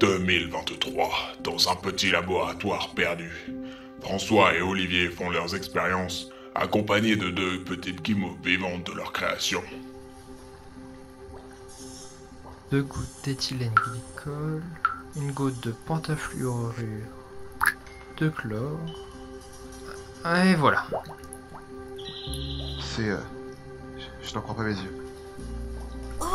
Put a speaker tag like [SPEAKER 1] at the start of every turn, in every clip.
[SPEAKER 1] 2023, dans un petit laboratoire perdu. François et Olivier font leurs expériences, accompagnés de deux petites guimauves vivantes de leur création.
[SPEAKER 2] Deux gouttes d'éthylène glycol, une goutte de pentafluorure de chlore. Et voilà.
[SPEAKER 3] C'est. euh, je- Je n'en crois pas mes yeux.
[SPEAKER 4] Waouh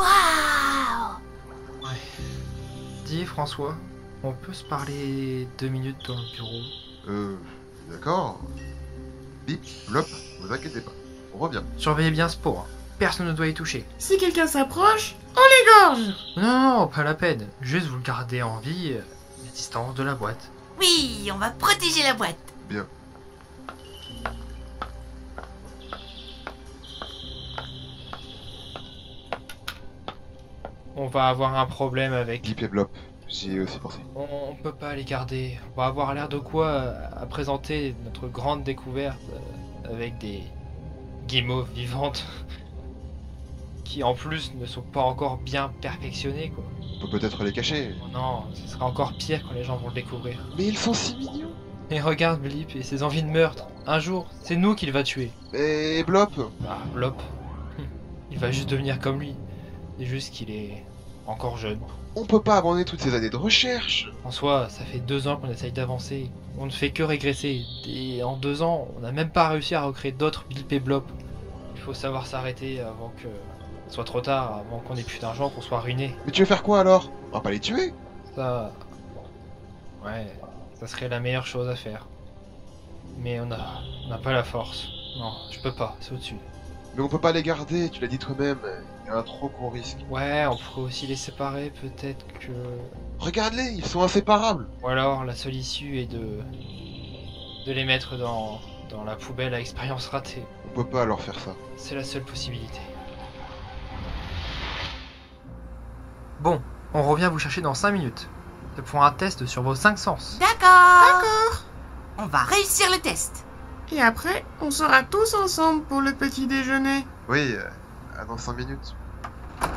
[SPEAKER 2] Dis François, on peut se parler deux minutes dans le bureau
[SPEAKER 3] Euh. D'accord. Bip, blop, vous inquiétez pas. On revient.
[SPEAKER 2] Surveillez bien ce pot, hein. personne ne doit y toucher.
[SPEAKER 5] Si quelqu'un s'approche, on l'égorge
[SPEAKER 2] Non, non, pas la peine, juste vous le gardez en vie euh, à distance de la boîte.
[SPEAKER 4] Oui, on va protéger la boîte.
[SPEAKER 3] Bien.
[SPEAKER 2] On va avoir un problème avec.
[SPEAKER 3] Bip et blop, j'y ai aussi pensé.
[SPEAKER 2] On, on peut pas les garder. On va avoir l'air de quoi euh, à présenter notre grande découverte euh, avec des guimauves vivantes qui en plus ne sont pas encore bien perfectionnées quoi.
[SPEAKER 3] On peut peut-être les cacher.
[SPEAKER 2] Oh non, ce sera encore pire quand les gens vont le découvrir.
[SPEAKER 3] Mais ils sont si mignons
[SPEAKER 2] Et regarde Blip et ses envies de meurtre. Un jour, c'est nous qu'il va tuer.
[SPEAKER 3] Et blop
[SPEAKER 2] Ah, Blop. Il va juste devenir comme lui. C'est juste qu'il est encore jeune.
[SPEAKER 3] On peut pas abandonner toutes ces années de recherche
[SPEAKER 2] En soi, ça fait deux ans qu'on essaye d'avancer. On ne fait que régresser. Et en deux ans, on n'a même pas réussi à recréer d'autres Blip et Blop. Il faut savoir s'arrêter avant que ce soit trop tard, avant qu'on ait plus d'argent, qu'on soit ruiné.
[SPEAKER 3] Mais tu veux faire quoi alors On va pas les tuer
[SPEAKER 2] Ça. Ouais, ça serait la meilleure chose à faire. Mais on a- on n'a pas la force. Non, je peux pas, c'est au-dessus.
[SPEAKER 3] Mais on peut pas les garder, tu l'as dit toi-même. Il y a un trop gros risque.
[SPEAKER 2] Ouais, on pourrait aussi les séparer, peut-être que.
[SPEAKER 3] Regarde-les, ils sont inséparables
[SPEAKER 2] Ou alors la seule issue est de. de les mettre dans, dans la poubelle à expérience ratée.
[SPEAKER 3] On peut pas leur faire ça.
[SPEAKER 2] C'est la seule possibilité. Bon, on revient vous chercher dans 5 minutes. C'est pour un test sur vos 5 sens.
[SPEAKER 4] D'accord
[SPEAKER 5] D'accord
[SPEAKER 4] On va réussir le test.
[SPEAKER 5] Et après, on sera tous ensemble pour le petit déjeuner.
[SPEAKER 3] Oui, euh, à dans 5 minutes.
[SPEAKER 4] Un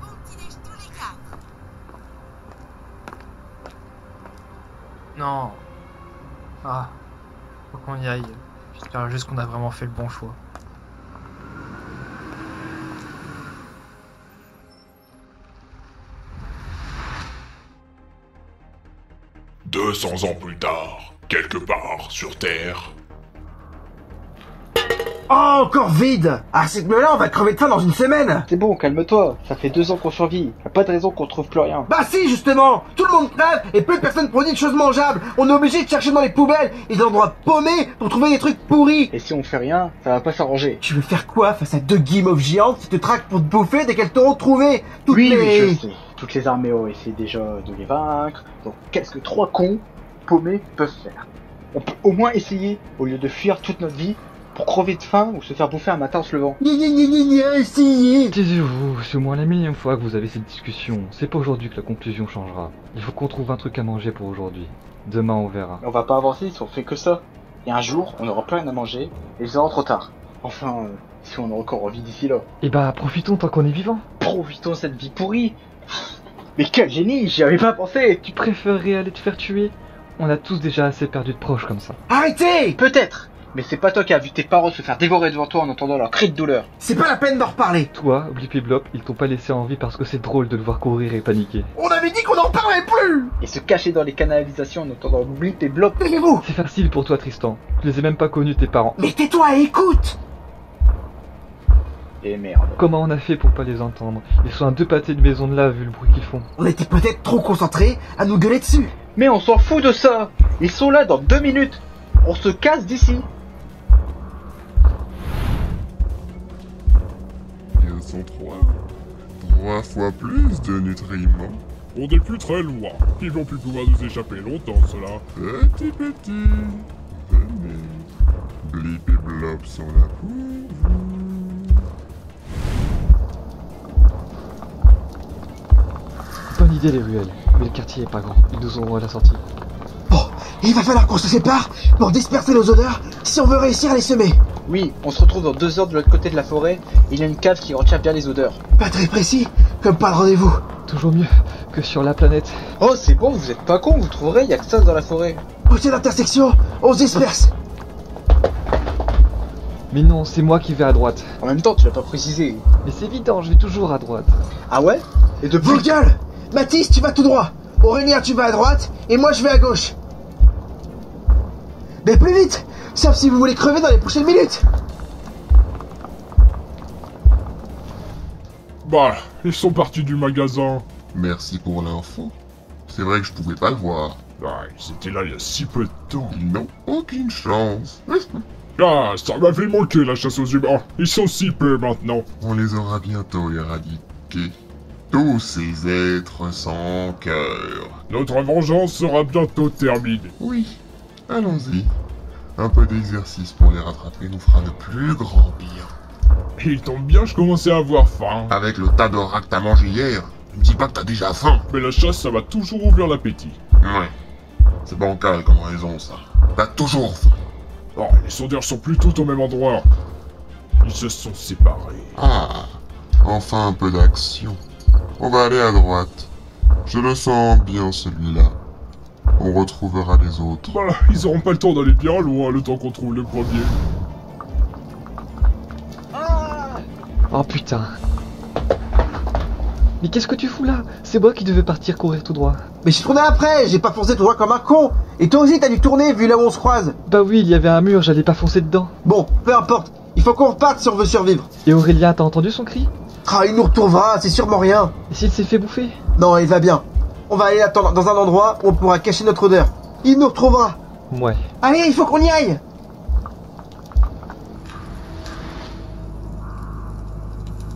[SPEAKER 4] bon petit déj tous les quatre.
[SPEAKER 2] Non. Ah. Faut qu'on y aille. J'espère juste qu'on a vraiment fait le bon choix.
[SPEAKER 1] « 200 ans plus tard, quelque part sur Terre,
[SPEAKER 6] Oh, encore vide À cette là on va crever de faim dans une semaine
[SPEAKER 7] C'est bon, calme-toi, ça fait deux ans qu'on survit, y a pas de raison qu'on trouve plus rien.
[SPEAKER 6] Bah si, justement Tout le monde crève et peu de personnes produisent de choses mangeables On est obligé de chercher dans les poubelles et dans des endroits paumés pour trouver des trucs pourris
[SPEAKER 7] Et si on fait rien, ça va pas s'arranger.
[SPEAKER 6] Tu veux faire quoi face à deux guimauves géantes qui te traquent pour te bouffer dès qu'elles t'auront trouvé Toutes
[SPEAKER 7] oui,
[SPEAKER 6] les...
[SPEAKER 7] oui, je sais. Toutes les armées ont essayé déjà de les vaincre, donc qu'est-ce que trois cons paumés peuvent faire On peut au moins essayer, au lieu de fuir toute notre vie, pour crever de faim ou se faire bouffer un matin en se levant.
[SPEAKER 6] Gna, gna, gna, gna, gna, essayez
[SPEAKER 8] Taisez-vous, c'est au moins la millième fois que vous avez cette discussion. C'est pas aujourd'hui que la conclusion changera. Il faut qu'on trouve un truc à manger pour aujourd'hui. Demain, on verra.
[SPEAKER 7] Mais on va pas avancer si on fait que ça. Et un jour, on aura plus rien à manger, et il sera trop tard. Enfin, euh, si on a encore envie d'ici là.
[SPEAKER 8] Et bah, profitons tant qu'on est vivant.
[SPEAKER 7] Profitons de cette vie pourrie Mais quel génie, j'y avais pas pensé
[SPEAKER 8] Tu préférerais aller te faire tuer On a tous déjà assez perdu de proches comme ça.
[SPEAKER 6] Arrêtez
[SPEAKER 7] Peut-être Mais c'est pas toi qui as vu tes parents se faire dévorer devant toi en entendant leurs cris de douleur.
[SPEAKER 6] C'est pas la peine d'en reparler
[SPEAKER 8] Toi, Blip et Blop, ils t'ont pas laissé en vie parce que c'est drôle de le voir courir et paniquer.
[SPEAKER 6] On avait dit qu'on n'en parlait plus
[SPEAKER 7] et se cacher dans les canalisations en entendant blip et blop.
[SPEAKER 6] Taisez-vous
[SPEAKER 8] C'est facile pour toi, Tristan. Tu les ai même pas connus, tes parents.
[SPEAKER 6] Mais tais-toi et écoute
[SPEAKER 7] Et merde.
[SPEAKER 8] Comment on a fait pour pas les entendre Ils sont à deux pâtés de maison de là, vu le bruit qu'ils font.
[SPEAKER 6] On était peut-être trop concentrés à nous gueuler dessus
[SPEAKER 7] Mais on s'en fout de ça Ils sont là dans deux minutes On se casse d'ici
[SPEAKER 9] Ils ont trois. Trois fois plus de nutriments.
[SPEAKER 1] on n'est plus très loin. Ils vont plus pouvoir nous échapper longtemps, cela.
[SPEAKER 9] Petit petit. Venez. Blip et Blop sont là pour vous.
[SPEAKER 8] Bonne idée, les ruelles. Mais le quartier est pas grand. Ils nous auront à la sortie.
[SPEAKER 6] Bon, il va falloir qu'on se sépare pour disperser nos odeurs si on veut réussir à les semer
[SPEAKER 7] Oui, on se retrouve dans deux heures de l'autre côté de la forêt, il y a une cave qui retient bien les odeurs.
[SPEAKER 6] Pas très précis, comme pas de rendez-vous
[SPEAKER 8] Toujours mieux. que sur la planète.
[SPEAKER 7] Oh, c'est bon, vous êtes pas con, vous trouverez, il y a que ça dans la forêt.
[SPEAKER 6] Oh, c'est l'intersection On se disperse
[SPEAKER 8] Mais non, c'est moi qui vais à droite.
[SPEAKER 7] En même temps, tu l'as pas précisé.
[SPEAKER 8] Mais c'est évident, je vais toujours à droite.
[SPEAKER 7] Ah ouais Et depuis
[SPEAKER 6] Vulgal Mathis, tu vas tout droit Aurélien, tu vas à droite Et moi, je vais à gauche Mais plus vite Sauf si vous voulez crever dans les prochaines minutes
[SPEAKER 1] Bah, ils sont partis du magasin.
[SPEAKER 10] Merci pour l'info. C'est vrai que je pouvais pas le voir.
[SPEAKER 1] Ah, ils étaient là il y a si peu de temps.
[SPEAKER 10] Ils n'ont aucune chance.
[SPEAKER 1] Ah, ça m'avait manqué la chasse aux humains. Ah, Ils sont si peu maintenant.
[SPEAKER 10] On les aura bientôt éradiqués. Tous ces êtres sans cœur.
[SPEAKER 1] Notre vengeance sera bientôt terminée.
[SPEAKER 10] Oui, allons-y. Un peu d'exercice pour les rattraper nous fera le plus grand bien.
[SPEAKER 1] Il tombe bien, je commençais à avoir faim.
[SPEAKER 10] Avec le tas d'orac que t'as mangé hier, tu me dis pas que t'as déjà faim.
[SPEAKER 1] Mais la chasse, ça va toujours ouvrir l'appétit.
[SPEAKER 10] Ouais. C'est bancal comme raison, ça. T'as toujours faim.
[SPEAKER 1] Oh, les sondeurs sont plus tous au même endroit. Ils se sont séparés.
[SPEAKER 10] Ah, enfin un peu d'action. On va aller à droite. Je le sens bien celui-là. On retrouvera les autres.
[SPEAKER 1] Bah, ils auront pas le temps d'aller bien loin le temps qu'on trouve le premier.
[SPEAKER 8] Oh putain. Mais qu'est-ce que tu fous là C'est moi qui devais partir courir tout droit.
[SPEAKER 6] Mais j'ai tourné après J'ai pas foncé tout droit comme un con Et toi aussi, t'as dû tourner vu là où on se croise
[SPEAKER 8] Bah oui, il y avait un mur, j'allais pas foncer dedans.
[SPEAKER 6] Bon, peu importe. Il faut qu'on reparte si on veut survivre.
[SPEAKER 8] Et Aurélien, t'as entendu son cri
[SPEAKER 6] Ah, il nous retrouvera, c'est sûrement rien.
[SPEAKER 8] Et s'il s'est fait bouffer
[SPEAKER 6] Non, il va bien. On va aller l'attendre dans un endroit où on pourra cacher notre odeur. Il nous retrouvera.
[SPEAKER 8] Ouais.
[SPEAKER 6] Allez, il faut qu'on y aille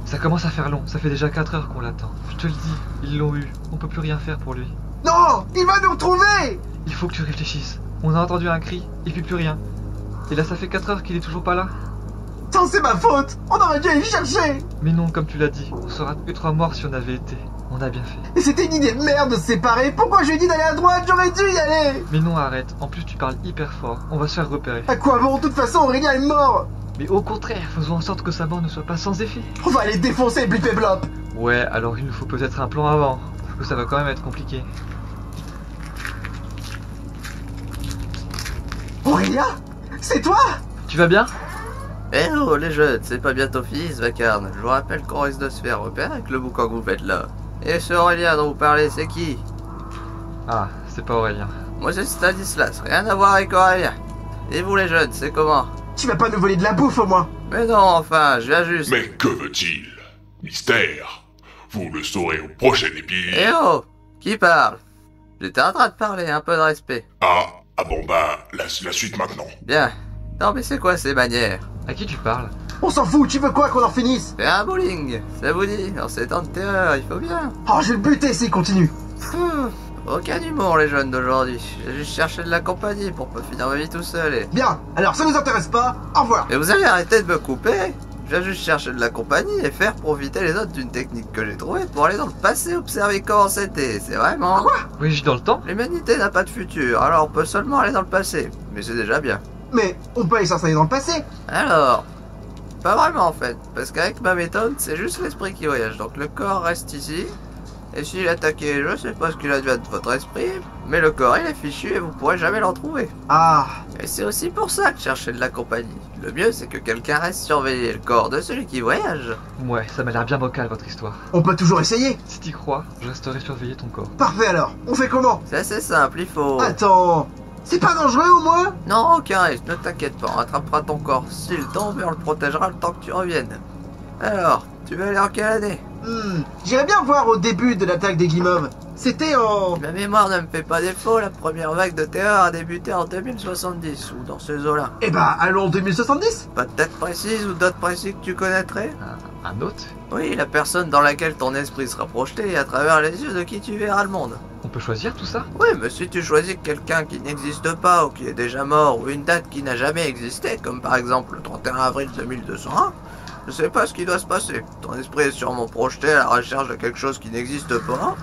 [SPEAKER 8] Ça commence à faire long, ça fait déjà 4 heures qu'on l'attend. Je te le dis, ils l'ont eu. On peut plus rien faire pour lui.
[SPEAKER 6] Non Il va nous retrouver
[SPEAKER 8] Il faut que tu réfléchisses. On a entendu un cri, et puis plus rien. Et là, ça fait 4 heures qu'il est toujours pas là.
[SPEAKER 6] Tant c'est ma faute On aurait dû aller le chercher
[SPEAKER 8] Mais non, comme tu l'as dit, on sera que trois morts si on avait été. On a bien fait.
[SPEAKER 6] Et c'était une idée de merde de se séparer Pourquoi je lui ai dit d'aller à droite J'aurais dû y aller
[SPEAKER 8] Mais non, arrête. En plus, tu parles hyper fort. On va se faire repérer.
[SPEAKER 6] À quoi bon De toute façon, Aurélien est mort
[SPEAKER 8] Mais au contraire, faisons en sorte que sa mort ne soit pas sans effet.
[SPEAKER 6] On va aller défoncer Blip et Blop
[SPEAKER 8] Ouais, alors il nous faut peut-être un plan avant. Parce que ça va quand même être compliqué.
[SPEAKER 6] Aurélien C'est toi
[SPEAKER 8] Tu vas bien
[SPEAKER 5] Eh oh les jeunes, c'est pas bientôt fini ce vacarme. Je vous rappelle qu'on risque de se faire repérer avec le boucan que vous faites là. Et ce Aurélien dont vous parlez, c'est qui
[SPEAKER 8] Ah, c'est pas Aurélien.
[SPEAKER 5] Moi c'est Stanislas, rien à voir avec Aurélien. Et vous les jeunes, c'est comment
[SPEAKER 6] Tu vas pas nous voler de la bouffe au moins
[SPEAKER 5] Mais non, enfin, je viens juste.
[SPEAKER 10] Mais que veut-il Mystère. Vous le saurez au prochain
[SPEAKER 5] Eh
[SPEAKER 10] épisode.
[SPEAKER 5] oh Qui parle J'étais en train de parler, un peu de respect.
[SPEAKER 10] Ah, ah bon bah, la, la suite maintenant.
[SPEAKER 5] Bien. Non mais c'est quoi ces manières
[SPEAKER 8] À qui tu parles
[SPEAKER 6] On s'en fout, tu veux quoi qu'on en finisse
[SPEAKER 5] C'est un bowling, ça vous dit En ces temps de terreur, il faut bien.
[SPEAKER 6] Oh, je vais le buter s'il continue
[SPEAKER 5] Pfff, Hum, Aucun humour les jeunes d'aujourd'hui. J'ai juste cherché de la compagnie pour pas finir ma vie tout seul et...
[SPEAKER 6] Bien, alors ça nous intéresse pas, au revoir
[SPEAKER 5] Mais vous allez arrêter de me couper Je viens juste chercher de la compagnie et faire profiter les autres d'une technique que j'ai trouvée pour aller dans le passé observer comment c'était. C'est vraiment...
[SPEAKER 8] Voyage dans le temps
[SPEAKER 5] L'humanité n'a pas de futur, alors on peut seulement aller dans le passé. Mais c'est déjà bien.
[SPEAKER 6] Mais on peut aller s'installer dans le passé
[SPEAKER 5] Alors... Pas vraiment en fait, parce qu'avec ma méthode, c'est juste l'esprit qui voyage, donc le corps reste ici. Et s'il est attaqué, je sais pas ce qu'il advient de votre esprit, mais le corps il est fichu et vous pourrez jamais le retrouver.
[SPEAKER 6] Ah,
[SPEAKER 5] Et c'est aussi pour ça que chercher de la compagnie. Le mieux, c'est que quelqu'un reste surveiller le corps de celui qui voyage.
[SPEAKER 8] Ouais, ça m'a l'air bien vocal votre histoire.
[SPEAKER 6] on peut toujours essayer
[SPEAKER 8] Si t'y crois, je resterai surveiller ton corps.
[SPEAKER 6] Parfait alors, on fait comment
[SPEAKER 5] C'est assez simple, il faut...
[SPEAKER 6] Attends, c'est pas dangereux au moins
[SPEAKER 5] Non, aucun risque, ne t'inquiète pas, on rattrapera ton corps. S'il tombe, et on le protégera le temps que tu reviennes. Alors, tu veux aller en quelle année
[SPEAKER 6] Hmm, J'irais bien voir au début de l'attaque des Guimauves. C'était en...
[SPEAKER 5] Ma mémoire ne me fait pas défaut, la première vague de terreur a débuté en 2070, ou dans ces eaux-là.
[SPEAKER 6] Eh bah, allons en 2070
[SPEAKER 5] Pas de date précise ou d'autres précis que tu connaîtrais
[SPEAKER 8] Un, un autre
[SPEAKER 5] Oui, la personne dans laquelle ton esprit sera projeté et à travers les yeux de qui tu verras le monde.
[SPEAKER 8] On peut choisir tout ça
[SPEAKER 5] Oui, mais si tu choisis quelqu'un qui n'existe pas ou qui est déjà mort ou une date qui n'a jamais existé, comme par exemple le 31 avril 2201, je sais pas ce qui doit se passer. Ton esprit est sûrement projeté à la recherche de quelque chose qui n'existe pas.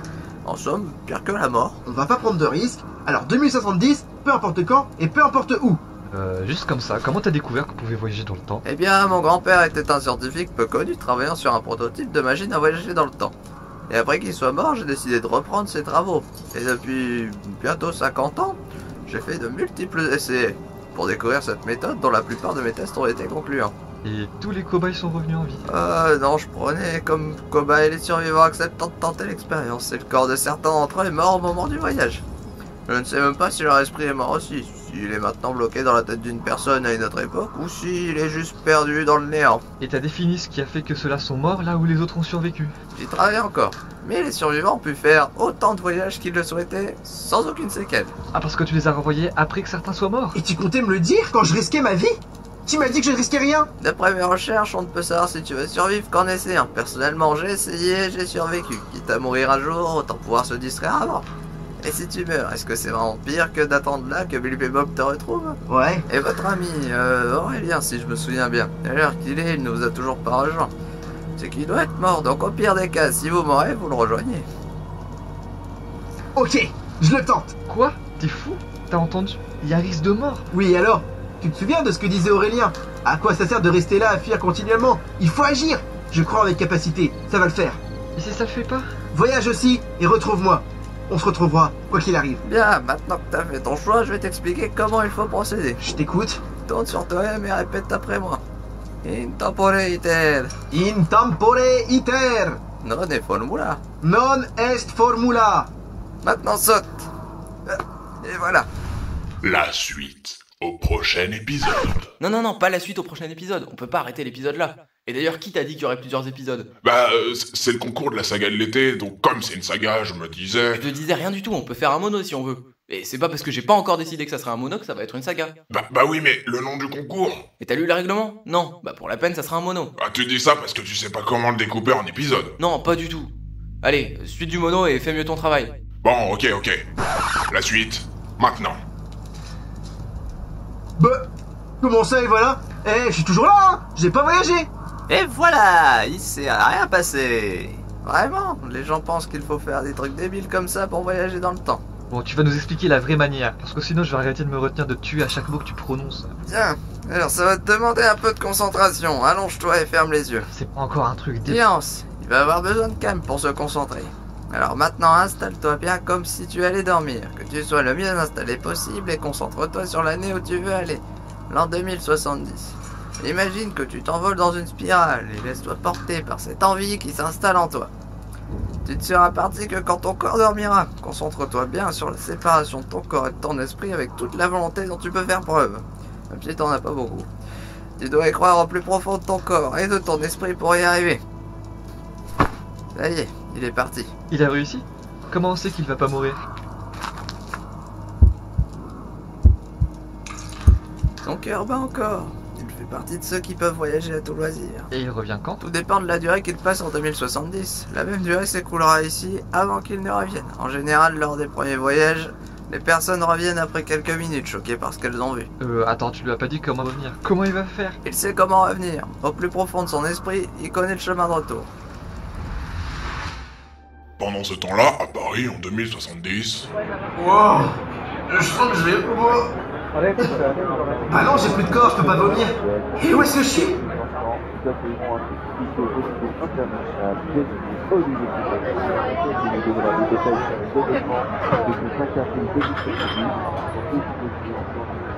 [SPEAKER 5] En somme, pire que la mort.
[SPEAKER 6] On va pas prendre de risques, alors 2070, peu importe quand et peu importe où.
[SPEAKER 8] Euh, juste comme ça, comment t'as découvert qu'on pouvait voyager dans le temps
[SPEAKER 5] Eh bien, mon grand-père était un scientifique peu connu travaillant sur un prototype de machine à voyager dans le temps. Et après qu'il soit mort, j'ai décidé de reprendre ses travaux. Et depuis bientôt 50 ans, j'ai fait de multiples essais pour découvrir cette méthode dont la plupart de mes tests ont été concluants.
[SPEAKER 11] Et tous les cobayes sont revenus en vie.
[SPEAKER 5] Euh, non, je prenais comme cobaye les survivants acceptant de tenter l'expérience, et le corps de certains d'entre eux est mort au moment du voyage. Je ne sais même pas si leur esprit est mort aussi, s'il est maintenant bloqué dans la tête d'une personne à une autre époque, ou s'il est juste perdu dans le néant.
[SPEAKER 11] Et t'as défini ce qui a fait que ceux-là sont morts là où les autres ont survécu.
[SPEAKER 5] J'y travaille encore, mais les survivants ont pu faire autant de voyages qu'ils le souhaitaient, sans aucune séquelle.
[SPEAKER 11] Ah, parce que tu les as renvoyés après que certains soient morts
[SPEAKER 6] Et tu comptais me le dire quand je risquais ma vie Tu m'as dit que je risquais rien
[SPEAKER 5] D'après mes recherches, on ne peut savoir si tu vas survivre qu'en essayant. Personnellement, j'ai essayé, j'ai survécu. Quitte à mourir un jour, autant pouvoir se distraire avant. Et si tu meurs, est-ce que c'est vraiment pire que d'attendre là que Billy et Bob te retrouvent
[SPEAKER 6] Ouais.
[SPEAKER 5] Et votre ami, euh, Aurélien, si je me souviens bien, à l'heure qu'il est, il ne vous a toujours pas rejoint. C'est qu'il doit être mort, donc au pire des cas, si vous mourrez, vous le rejoignez.
[SPEAKER 6] Ok, je le tente.
[SPEAKER 11] Quoi T'es fou T'as entendu Il y a risque de mort
[SPEAKER 6] Oui, alors Tu te souviens de ce que disait Aurélien À quoi ça sert de rester là à fuir continuellement Il faut agir Je crois en mes capacités, ça va le faire.
[SPEAKER 11] Et si ça le fait pas
[SPEAKER 6] Voyage aussi et retrouve-moi. On se retrouvera, quoi qu'il arrive.
[SPEAKER 5] Bien, maintenant que t'as fait ton choix, je vais t'expliquer comment il faut procéder.
[SPEAKER 6] Je t'écoute.
[SPEAKER 5] Tourne sur toi-même et répète après moi. Intempore iter,
[SPEAKER 6] In tempore iter
[SPEAKER 5] non des formula.
[SPEAKER 6] non est formula.
[SPEAKER 5] Maintenant saute. Euh, Et voilà.
[SPEAKER 1] La suite au prochain épisode.
[SPEAKER 12] Non, non, non, pas la suite au prochain épisode. On peut pas arrêter l'épisode là. Et d'ailleurs, qui t'a dit qu'il y aurait plusieurs épisodes
[SPEAKER 1] Bah, euh, c- c'est le concours de la saga de l'été, donc comme c'est une saga, je me disais.
[SPEAKER 12] Je te disais rien du tout, on peut faire un mono si on veut. Et c'est pas parce que j'ai pas encore décidé que ça serait un mono que ça va être une saga.
[SPEAKER 1] Bah, bah oui, mais le nom du concours
[SPEAKER 12] Et t'as lu le règlement Non, bah pour la peine, ça sera un mono.
[SPEAKER 1] Ah, tu dis ça parce que tu sais pas comment le découper en épisodes.
[SPEAKER 12] Non, pas du tout. Allez, suite du mono et fais mieux ton travail.
[SPEAKER 1] Bon, ok, ok. La suite, maintenant.
[SPEAKER 6] Bah, comment ça et voilà Eh, je suis toujours là, hein J'ai pas voyagé
[SPEAKER 5] Et voilà, il s'est rien passé. Vraiment, les gens pensent qu'il faut faire des trucs débiles comme ça pour voyager dans le temps.
[SPEAKER 11] Bon, tu vas nous expliquer la vraie manière, parce que sinon je vais arrêter de me retenir de te tuer à chaque mot que tu prononces.
[SPEAKER 5] Tiens, alors ça va te demander un peu de concentration. Allonge-toi et ferme les yeux.
[SPEAKER 11] C'est pas encore un truc dé...
[SPEAKER 5] Silence, il va avoir besoin de calme pour se concentrer. Alors maintenant, installe-toi bien comme si tu allais dormir. Que tu sois le mieux installé possible et concentre-toi sur l'année où tu veux aller, l'an 2070. Imagine que tu t'envoles dans une spirale et laisse-toi porter par cette envie qui s'installe en toi. Tu ne seras parti que quand ton corps dormira. Concentre-toi bien sur la séparation de ton corps et de ton esprit avec toute la volonté dont tu peux faire preuve. Même si t'en as pas beaucoup. Tu dois y croire au plus profond de ton corps et de ton esprit pour y arriver. Ça y est, il est parti.
[SPEAKER 11] Il a réussi Comment on sait qu'il va pas mourir
[SPEAKER 5] Son cœur bat encore. Il fait partie de ceux qui peuvent voyager à tout loisir.
[SPEAKER 11] Et il revient quand
[SPEAKER 5] Tout dépend de la durée qu'il passe en 2070. La même durée s'écoulera ici avant qu'il ne revienne. En général, lors des premiers voyages, les personnes reviennent après quelques minutes, choquées par ce qu'elles ont vu.
[SPEAKER 11] Euh, attends, tu lui as pas dit comment revenir. Comment il va faire
[SPEAKER 5] Il sait comment revenir. Au plus profond de son esprit, il connaît le chemin de retour.
[SPEAKER 1] Pendant ce temps-là, à Paris, en 2070.
[SPEAKER 6] Wow Je sens que je vais... oh, wow. Bah non, j'ai plus de corps, je peux pas vomir. Et où est-ce que je suis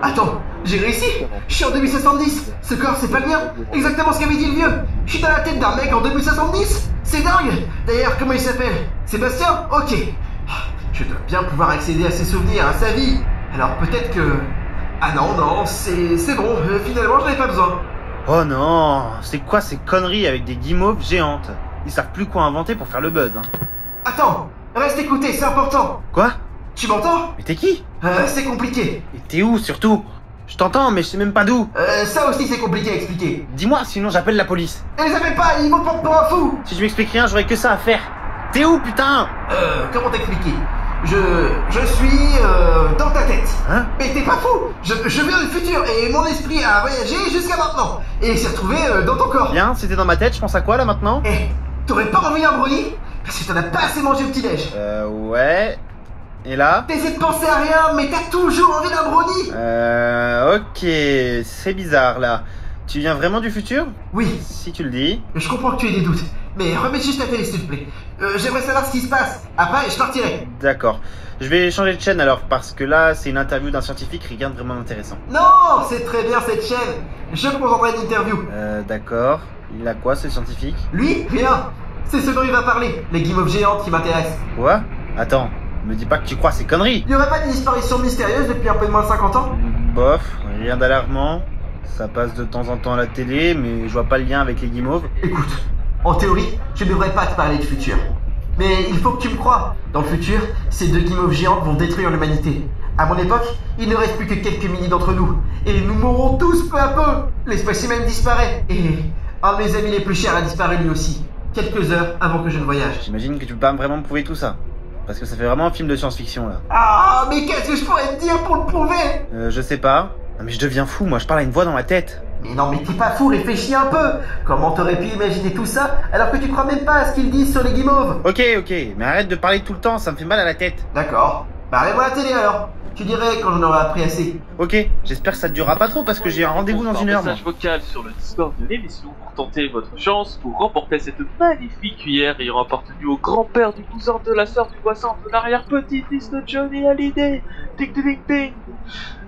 [SPEAKER 6] Attends, j'ai réussi Je suis en 2070 Ce corps, c'est pas le mien Exactement ce qu'avait dit le vieux Je suis dans la tête d'un mec en 2070 C'est dingue D'ailleurs, comment il s'appelle Sébastien Ok. Ah, Je dois bien pouvoir accéder à ses souvenirs, à sa vie. Alors peut-être que... Ah non, non, c'est c'est bon, euh, finalement, j'en ai pas besoin.
[SPEAKER 7] Oh non, c'est quoi ces conneries avec des guimauves géantes Ils savent plus quoi inventer pour faire le buzz, hein.
[SPEAKER 6] Attends, reste écouter, c'est important.
[SPEAKER 7] Quoi
[SPEAKER 6] Tu m'entends
[SPEAKER 7] Mais t'es qui
[SPEAKER 6] Euh, C'est compliqué.
[SPEAKER 7] Et t'es où surtout Je t'entends, mais je sais même pas d'où.
[SPEAKER 6] Euh, ça aussi, c'est compliqué à expliquer.
[SPEAKER 7] Dis-moi, sinon j'appelle la police.
[SPEAKER 6] Et les appelle pas, ils me prendre pour un fou
[SPEAKER 7] Si je m'explique rien, j'aurai que ça à faire. T'es où, putain
[SPEAKER 6] Euh, comment t'expliquer Je... je suis... euh, dans ta tête.
[SPEAKER 7] Hein
[SPEAKER 6] Mais t'es pas fou je, je viens du futur et mon esprit a voyagé jusqu'à maintenant. Et s'est retrouvé euh, dans ton corps.
[SPEAKER 7] Bien, c'était dans ma tête, je pense à quoi là maintenant
[SPEAKER 6] Eh, t'aurais pas envie d'un brownie Parce que t'en as pas assez mangé au petit-déj.
[SPEAKER 7] Euh, ouais. Et là
[SPEAKER 6] T'essaies de penser à rien, mais t'as toujours envie d'un brownie
[SPEAKER 7] Euh, ok, c'est bizarre là. Tu viens vraiment du futur
[SPEAKER 6] Oui,
[SPEAKER 7] Si tu le dis.
[SPEAKER 6] je comprends que tu aies des doutes. Mais remets juste la télé, s'il te plaît. Euh, J'aimerais savoir ce qui se passe. Après, je partirai.
[SPEAKER 7] D'accord. Je vais changer de chaîne alors, parce que là, c'est une interview d'un scientifique, rien de vraiment intéressant.
[SPEAKER 6] Non, c'est très bien cette chaîne. Je me contenterai d'une interview.
[SPEAKER 7] Euh, d'accord. Il a quoi, ce scientifique
[SPEAKER 6] Lui Rien. C'est ce dont il va parler. Les guimauves géantes qui m'intéressent.
[SPEAKER 7] Quoi Attends, me dis pas que tu crois ces conneries
[SPEAKER 6] Il n'y aurait pas de disparition mystérieuse depuis un peu de moins de 50 ans
[SPEAKER 7] Bof, rien d'alarmant. Ça passe de temps en temps à la télé, mais je vois pas le lien avec les guimauves.
[SPEAKER 6] Écoute, en théorie, je ne devrais pas te parler de futur. Mais il faut que tu me crois. Dans le futur, ces deux guimauves géantes vont détruire l'humanité. À mon époque, il ne reste plus que quelques milliers d'entre nous. Et nous mourrons tous peu à peu. L'espèce humaine disparaît. Et un de mes amis les plus chers a disparu lui aussi. Quelques heures avant que je ne voyage.
[SPEAKER 7] J'imagine que tu peux pas vraiment me prouver tout ça. Parce que ça fait vraiment un film de science-fiction là.
[SPEAKER 6] Ah, mais qu'est-ce que je pourrais te dire pour le prouver
[SPEAKER 7] Euh, je sais pas. Non, mais je deviens fou, moi je parle à une voix dans ma tête.
[SPEAKER 6] Mais non, mais t'es pas fou, réfléchis un peu Comment t'aurais pu imaginer tout ça alors que tu crois même pas à ce qu'ils disent sur les guimauves
[SPEAKER 7] Ok, ok, mais arrête de parler tout le temps, ça me fait mal à la tête.
[SPEAKER 6] D'accord. Bah, arrête-moi la télé alors Tu dirais quand j'en aurai appris assez.
[SPEAKER 7] Ok, j'espère que ça durera pas trop parce que j'ai un rendez-vous dans
[SPEAKER 13] Par
[SPEAKER 7] une heure. moi.
[SPEAKER 13] message vocal sur le Discord de l'émission pour tenter votre chance pour remporter cette magnifique cuillère ayant appartenu au grand-père du cousin de la sœur du voisin de l'arrière-petit-fils de Johnny Hallyday. Ding ding ding ding.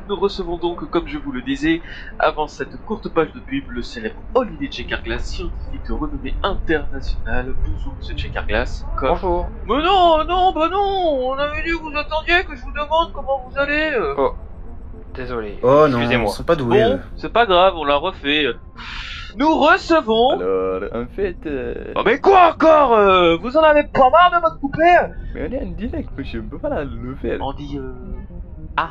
[SPEAKER 13] Nous recevons donc, comme je vous le disais, avant cette courte page de pub, le célèbre Holiday Checkerglass, scientifique de renommée internationale. Bonjour, monsieur Checkerglass. Bonjour.
[SPEAKER 14] Mais non, non, bah non On avait dit que vous attendiez que je vous demande comment vous allez euh.
[SPEAKER 2] Oh, désolé.
[SPEAKER 7] Oh non,
[SPEAKER 13] Excusez-moi.
[SPEAKER 7] ils sont pas doués.
[SPEAKER 13] Bon,
[SPEAKER 7] eux.
[SPEAKER 13] c'est pas grave, on l'a refait. euh, Nous recevons. Alors, en fait. Oh, mais quoi encore euh, Vous en avez pas marre de votre poupée Mais on est en direct, monsieur, on peut pas la lever. On dit. euh, Ah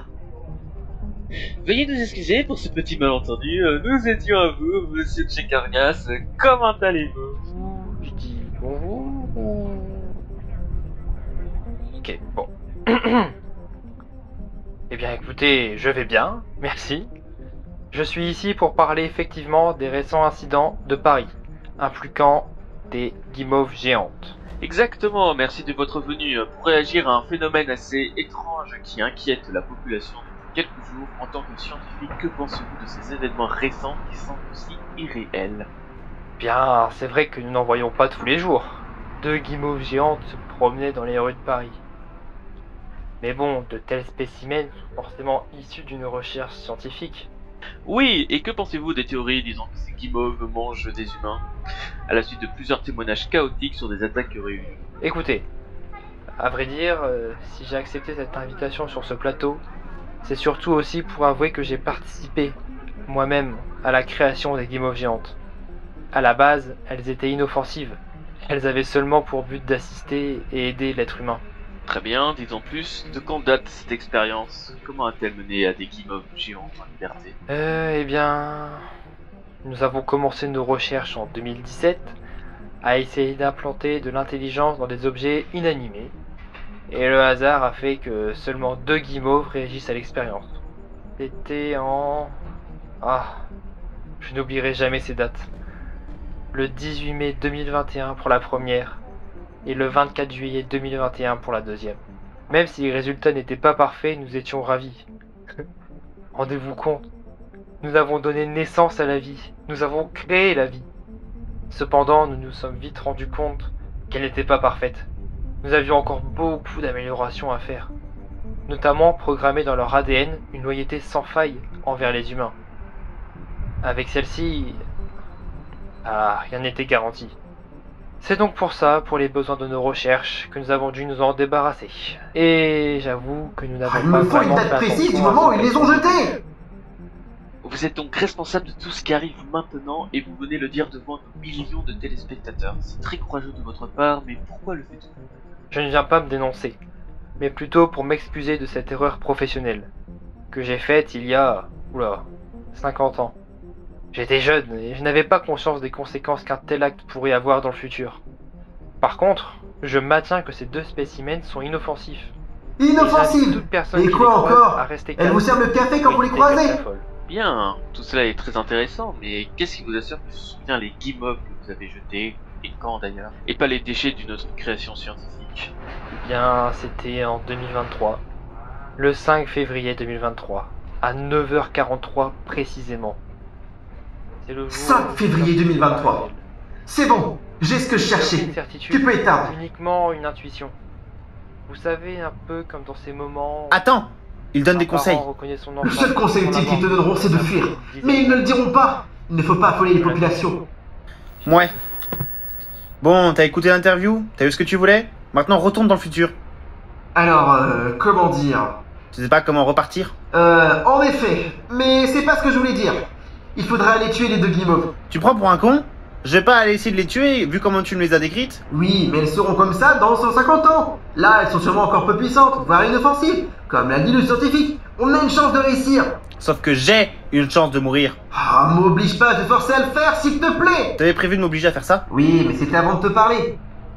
[SPEAKER 13] Veuillez nous excuser pour ce petit malentendu. euh, Nous étions à vous, monsieur Checargas. Comment allez-vous Je dis bonjour
[SPEAKER 2] Ok, bon. eh bien écoutez, je vais bien, merci. Je suis ici pour parler effectivement des récents incidents de Paris, impliquant des guimauves géantes.
[SPEAKER 13] Exactement, merci de votre venue euh, pour réagir à un phénomène assez étrange qui inquiète la population depuis quelques jours. En tant que scientifique, que pensez-vous de ces événements récents qui semblent aussi irréels
[SPEAKER 2] Bien, c'est vrai que nous n'en voyons pas tous les jours. Deux guimauves géantes se promenaient dans les rues de Paris. Mais bon, de tels spécimens sont forcément issus d'une recherche scientifique.
[SPEAKER 13] Oui, et que pensez-vous des théories disant que ces guimauves mangent des humains À la suite de plusieurs témoignages chaotiques sur des attaques qui auraient eu lieu.
[SPEAKER 2] Écoutez, à vrai dire, euh, si j'ai accepté cette invitation sur ce plateau, c'est surtout aussi pour avouer que j'ai participé moi-même à la création des guimauves géantes. À la base, elles étaient inoffensives. Elles avaient seulement pour but d'assister et aider l'être humain.
[SPEAKER 13] Très bien, disons plus, de quand date cette expérience Comment a-t-elle mené à des guimauves géantes en liberté
[SPEAKER 2] Euh, eh bien, nous avons commencé nos recherches en 2017 à essayer d'implanter de l'intelligence dans des objets inanimés. Et le hasard a fait que seulement deux guimauves réagissent à l'expérience. C'était en... Ah, je n'oublierai jamais ces dates. Le 18 mai 2021 pour la première et le 24 juillet 2021 pour la deuxième. Même si les résultats n'étaient pas parfaits, nous étions ravis. Rendez-vous compte, nous avons donné naissance à la vie, nous avons créé la vie. Cependant, nous nous sommes vite rendus compte qu'elle n'était pas parfaite. Nous avions encore beaucoup d'améliorations à faire, notamment programmer dans leur ADN une loyauté sans faille envers les humains. Avec celle-ci, ah, rien n'était garanti. C'est donc pour ça, pour les besoins de nos recherches, que nous avons dû nous en débarrasser. Et j'avoue que nous n'avons
[SPEAKER 6] Ah, Il
[SPEAKER 2] pas
[SPEAKER 6] me faut une
[SPEAKER 2] vraiment
[SPEAKER 6] date
[SPEAKER 2] fait
[SPEAKER 6] précise du
[SPEAKER 2] attention à
[SPEAKER 6] moment où
[SPEAKER 2] ce
[SPEAKER 6] ils les ont jetés
[SPEAKER 13] Vous êtes donc responsable de tout ce qui arrive maintenant et vous venez le dire devant nos millions de téléspectateurs. C'est très courageux de votre part, mais pourquoi le faites-vous
[SPEAKER 2] Je ne viens pas me dénoncer, mais plutôt pour m'excuser de cette erreur professionnelle que j'ai faite il y a, oula, 50 ans. J'étais jeune et je n'avais pas conscience des conséquences qu'un tel acte pourrait avoir dans le futur. Par contre, je maintiens que ces deux spécimens sont inoffensifs.
[SPEAKER 6] Inoffensives
[SPEAKER 2] Toute personne
[SPEAKER 6] Et
[SPEAKER 2] qui
[SPEAKER 6] quoi
[SPEAKER 2] les croise
[SPEAKER 6] encore
[SPEAKER 2] à rester
[SPEAKER 6] Elle
[SPEAKER 2] calme.
[SPEAKER 6] vous sert le café quand vous les croisez
[SPEAKER 13] Bien, tout cela est très intéressant, mais qu'est-ce qui vous assure que ce sont bien les guimauves que vous avez jetés, et quand d'ailleurs, et pas les déchets d'une autre création scientifique
[SPEAKER 2] Eh bien, c'était en 2023. Le 5 février 2023, à 9h43 précisément. C'est le jour
[SPEAKER 6] 5 février 2023. C'est bon, j'ai ce que je cherchais.
[SPEAKER 2] Aucune certitude,
[SPEAKER 6] Tu peux éteindre.
[SPEAKER 2] Uniquement une intuition. Vous savez, un peu comme dans ces moments.
[SPEAKER 7] Attends Il donne des conseils.
[SPEAKER 6] Le seul conseil utile qu'ils te donneront, c'est de fuir. Mais ils ne le diront pas. Il ne faut pas affoler les populations.
[SPEAKER 7] Ouais. Bon, t'as écouté l'interview T'as eu ce que tu voulais Maintenant, retourne dans le futur.
[SPEAKER 6] Alors, euh, comment dire
[SPEAKER 7] Tu sais pas comment repartir
[SPEAKER 6] Euh, en effet, mais c'est pas ce que je voulais dire. Il faudra aller tuer les deux guimauves.
[SPEAKER 7] Tu prends pour un con Je vais pas aller essayer de les tuer, vu comment tu me les as décrites.
[SPEAKER 6] Oui, mais elles seront comme ça dans 150 ans. Là, elles sont sûrement encore peu puissantes, voire inoffensives. Comme l'a dit le scientifique, on a une chance de réussir.
[SPEAKER 7] Sauf que j'ai une chance de mourir.
[SPEAKER 6] Ah, m'oblige pas à te forcer à le faire, s'il te plaît
[SPEAKER 7] T'avais prévu de m'obliger à faire ça
[SPEAKER 6] Oui, mais c'était avant de te parler.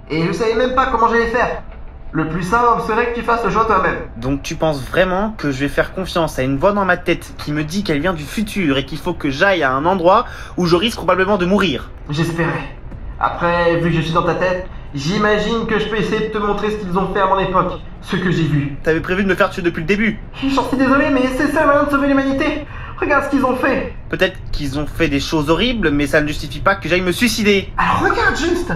[SPEAKER 6] Et je savais même pas comment j'allais faire. Le plus simple serait que tu fasses le choix toi-même.
[SPEAKER 7] Donc tu penses vraiment que je vais faire confiance à une voix dans ma tête qui me dit qu'elle vient du futur et qu'il faut que j'aille à un endroit où je risque probablement de mourir
[SPEAKER 6] J'espérais. Après, vu que je suis dans ta tête, j'imagine que je peux essayer de te montrer ce qu'ils ont fait à mon époque, ce que j'ai vu.
[SPEAKER 7] T'avais prévu de me faire tuer depuis le début
[SPEAKER 6] J'en suis désolé, mais c'est ça le moyen de sauver l'humanité. Regarde ce qu'ils ont fait.
[SPEAKER 7] Peut-être qu'ils ont fait des choses horribles, mais ça ne justifie pas que j'aille me suicider
[SPEAKER 6] Alors regarde juste